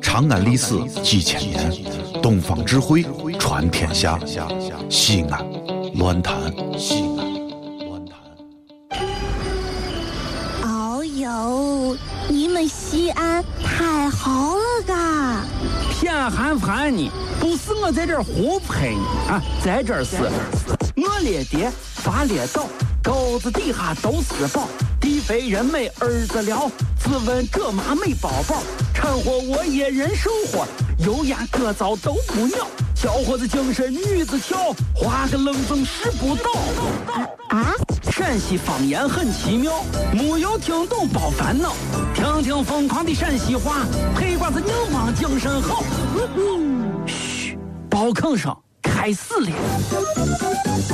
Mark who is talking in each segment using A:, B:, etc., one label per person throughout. A: 长安历史几千年，东方智慧传天下。西安，乱谈西安，乱谈。
B: 哦呦，你们西安太好了嘎！
C: 偏寒寒你，不是我在这儿胡喷你啊，在这儿是，我列爹爸列倒，沟子底下都是宝，地肥人美儿子了，自问这妈没宝宝，掺和我也人生活，油盐各糟都不尿，小伙子精神女子俏，花个愣风使不倒。
B: 啊，
C: 陕西方言很奇妙，没有听懂别烦恼，听听疯狂的陕西话，黑瓜子硬邦精神好。嘘，包吭声开始了。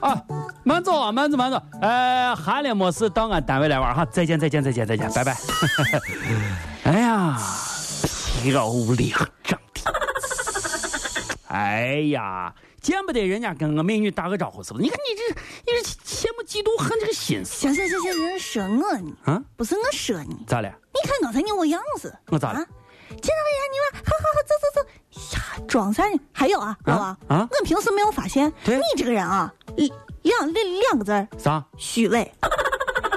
C: 啊，慢走啊，慢走，慢走。呃，寒了没事到俺单位来玩哈。再见，再见，再见，再见，拜 拜。哎呀，疲劳两整天。哎呀，见不得人家跟我美女打个招呼是不是？你看你这，你这羡慕嫉妒恨这个心思
B: 行行行行，人说我呢，
C: 啊？
B: 不是我说你，
C: 咋了？
B: 你看刚才你我样子，
C: 我咋
B: 啊？
C: 了
B: 见到人家你们，好好好，走走走，呀，装啥呢？还有啊，老王，
C: 啊
B: 我平时没有发现，
C: 对
B: 你这个人啊，一两两两个字儿，
C: 啥？
B: 虚伪。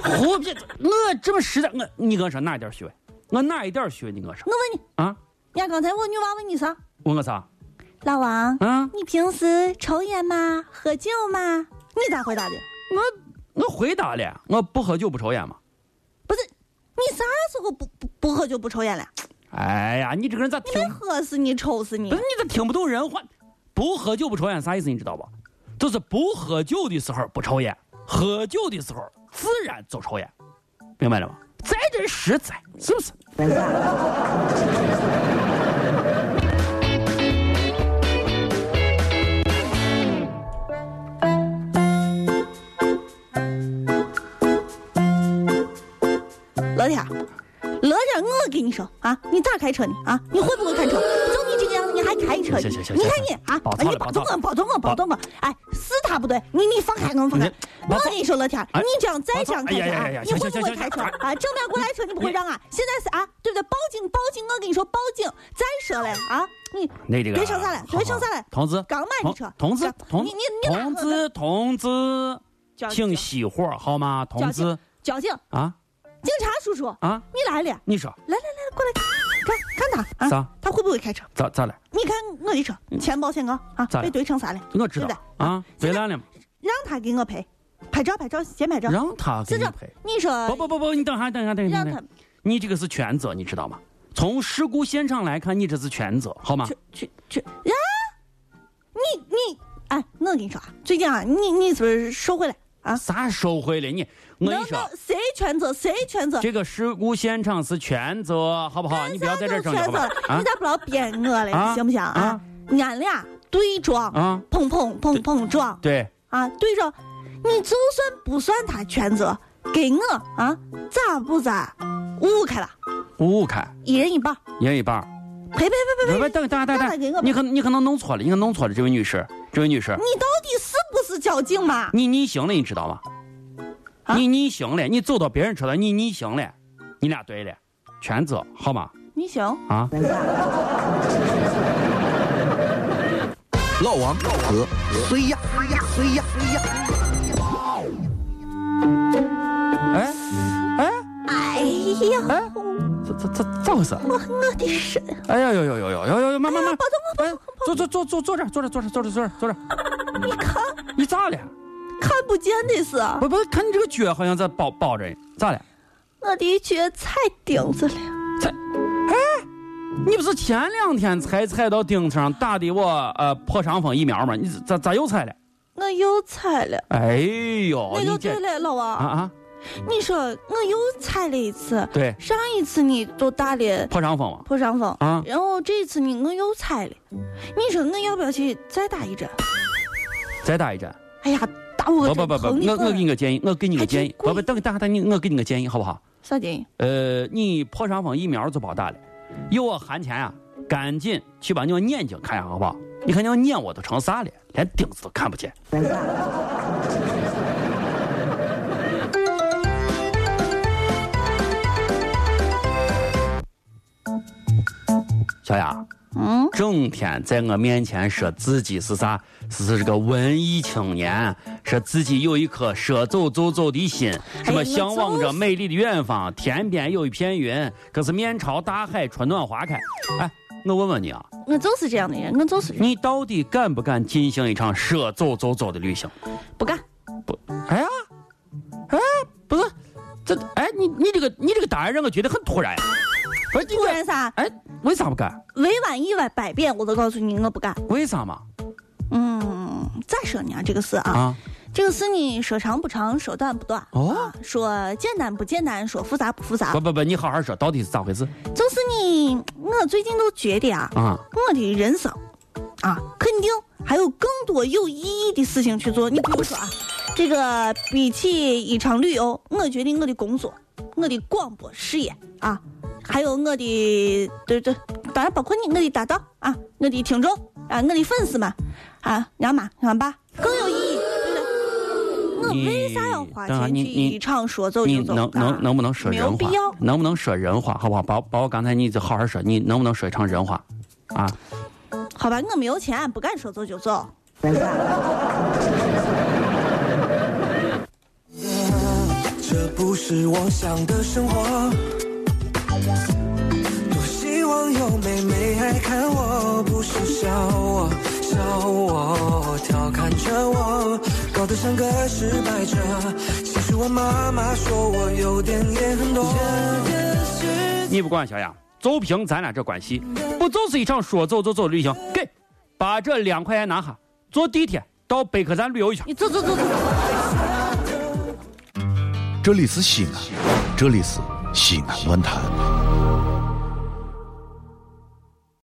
C: 胡逼！我这么实在，我你跟我说哪一点虚伪？我哪一点虚伪？你跟我说
B: 我问你，
C: 啊？
B: 呀，刚才我女娃问你啥？
C: 问我啥？
B: 老王，
C: 啊？
B: 你平时抽烟吗？喝酒吗？你咋回答的？
C: 我我回答了，我不喝酒不抽烟嘛。
B: 不是，你啥时候不不不喝酒不抽烟了？
C: 哎呀，你这个人咋
B: 你
C: 听
B: 没喝死你，抽死你
C: 不！是你咋听不懂人话？不喝酒不抽烟啥意思？你知道吧？就是不喝酒的时候不抽烟，喝酒的时候自然就抽烟，明白了吗？在这实在是不是？
B: 老铁儿，老铁儿，啊我跟你说啊，你咋开车呢？啊，你会不会开车？就你这个样子，你还开车呢？
C: 行行行
B: 你
C: 行
B: 看你啊
C: 保，
B: 哎
C: 错了
B: 你保
C: 保
B: 重
C: 错
B: 我，
C: 了
B: 保重我，保重我！哎，是他不对，你你放开我，放开
C: 你！
B: 我
C: 保错
B: 跟你说，老铁儿，
C: 哎
B: 你这样再这样开
C: 保
B: 车
C: 错哎呀
B: 啊
C: 呀呀呀，
B: 你会不
C: 行行
B: 会
C: 行
B: 开
C: 哎
B: 车
C: 行行
B: 啊？正面过来车你不会让啊？现在是啊，对不对？报警，报警！我跟你说，报警！再说了啊，你
C: 那这个
B: 别生气了别生气了
C: 好好同志，
B: 刚买的车，
C: 同同志
B: 这，
C: 同
B: 你你你哪
C: 同志，同志，
B: 交警
C: 请熄火好吗？同
B: 交
C: 志
B: 警，交警，
C: 啊
B: 警察叔叔，
C: 啊，
B: 你来了，
C: 你说
B: 来来来，过来看看他啊
C: 啥，
B: 他会不会开车？
C: 咋咋了？
B: 你看我的车，钱包险额啊
C: 咋，了
B: 被堆成啥了？
C: 我知
B: 对
C: 道
B: 不对
C: 啊，
B: 现
C: 回
B: 在
C: 来了嘛，
B: 让他给我赔，拍照拍照，先拍照。
C: 让他给
B: 是
C: 你
B: 这
C: 赔。，
B: 你说
C: 不不不不，你等下等下等下
B: 让
C: 等
B: 他
C: 下，你这个是全责，你知道吗？从事故现场来看，你这是全责，好吗？
B: 去去去呀？你你哎，我跟你说啊，最近啊，你你是不是收回来啊？
C: 啥收回了你？我跟
B: 能
C: 你说，
B: 能谁全责谁全责？
C: 这个事故现场是全责，好不好？你不要在这儿争
B: 全
C: 吵
B: 责
C: 了啊
B: 你！咋不老编我了？
C: 啊
B: 行不行啊
C: 啊？
B: 俺俩对撞
C: 啊，
B: 碰碰碰碰撞
C: 对，
B: 啊，对撞，你就算不算他全责，给我啊，咋不咋？五五开了，
C: 五五开，
B: 一人一半，
C: 一人一半儿。
B: 赔赔赔赔
C: 别
B: 赔
C: 别，。等等等
B: 让他给我
C: 等，你可你可能弄错了，你可能弄错了，这位女士，这位女士，
B: 你到底是不是交警嘛？
C: 你逆行了，你知道吗？
B: 啊
C: 你逆行了，你走到别人车道，你逆行了，你俩对了，全责，好吗？
B: 你行，
C: 啊，
D: 老王和谁呀？谁呀？谁呀？
B: 嗯
C: 哎哎
B: 哎呀，
C: 哎，这这这咋回事？
B: 我我的神！
C: 哎呀呦呦呦呦呦呦呦，慢慢慢，
B: 保重我
C: 哎，坐坐坐坐坐这儿，坐这儿，坐这儿，坐这儿，坐这儿，坐这儿，
B: 你看
C: 你咋了？
B: 看不见的是，啊
C: 不不，看你这个脚好像在包包着，咋了？
B: 我的脚踩钉子了。
C: 才，哎，你不是前两天才踩到钉子上打的我呃破伤风疫苗吗？你咋咋又踩了？
B: 我又踩了，
C: 哎呦，
B: 那
C: 你
B: 就
C: 这
B: 对了，老王，
C: 啊啊，
B: 你说我又踩了一次，
C: 对，
B: 上一次你就打了
C: 破伤风嘛，
B: 破伤风，
C: 啊
B: 然后这次呢我又踩了，你说我要不要去再打一针？
C: 再打一针。
B: 哎呀，打我个
C: 不不不不，
B: 疼得
C: 我我
B: 很
C: 给你个建议，我给你
B: 还
C: 个
B: 真
C: 建议，
B: 贵
C: 不不，等等下等你，我给你个建议好不好？
B: 啥建议？
C: 呃，你破伤风疫苗就包打了，有我韩钱啊，赶紧去把你的眼睛看一下好不好？你看你的眼窝都成啥了，连钉子都看不见。小雅，
B: 嗯，
C: 整天在我面前说自己是啥，是这个文艺青年，说自己有一颗说走就走的心，
B: 哎
C: 什么向往着美丽的远方，天边有一片云，可是面朝大海，春暖花开。哎，我问问你啊，
B: 我就是这样的人，我就是这样
C: 你到底敢不敢进行一场说走就走的旅行？
B: 不干。
C: 不，哎呀，哎，不是，这，哎，你你这个你这个答案让我觉得很突然。不是，你
B: 突然啥？
C: 哎，为啥不敢？
B: 委婉一万百遍，我都告诉你，我不干。
C: 为啥嘛？
B: 嗯，咋说呢？这个事啊，
C: 啊，
B: 这个事呢，说长不长，说短不短。
C: 哦
B: 啊，说简单不简单，说复杂不复杂
C: 不。不不，你好好说，到底是咋回事
B: 就是你，我最近都觉得啊，
C: 啊？
B: 我的人生啊，肯定还有更多有意义的事情去做。你比如说啊，这个比起一场旅游，哦我觉得我的工作、我的广播事业啊，还有我的对对，当然包括你我的搭档啊，我的听众啊，我的粉丝们啊，俺妈俺爸更有意义，对不对？我
C: 你
B: 为啥要花
C: 等下
B: 钱去
C: 你你
B: 一场说走
C: 你
B: 就走？
C: 能
B: 啊
C: 能能不能说
B: 没有
C: 人
B: 必
C: 话
B: 要？
C: 能不能说人话？好不好？把把我刚才你就好好说，你能不能说一场人话？啊，
B: 好吧，我没有钱，不敢说走就走。
E: 这不是我想的生活。多希望有妹妹爱看我，不是笑我，笑我，调侃着我，搞得像个失败者。其实我妈妈说我有点也很多。这个世
C: 你不管小雅，就凭咱俩这关系，不就是一场说走就走的旅行？给，把这两块钱拿下，坐地铁到北客站旅游一圈。
B: 你走走走走。
A: 这里是西安，这里是西安论坛。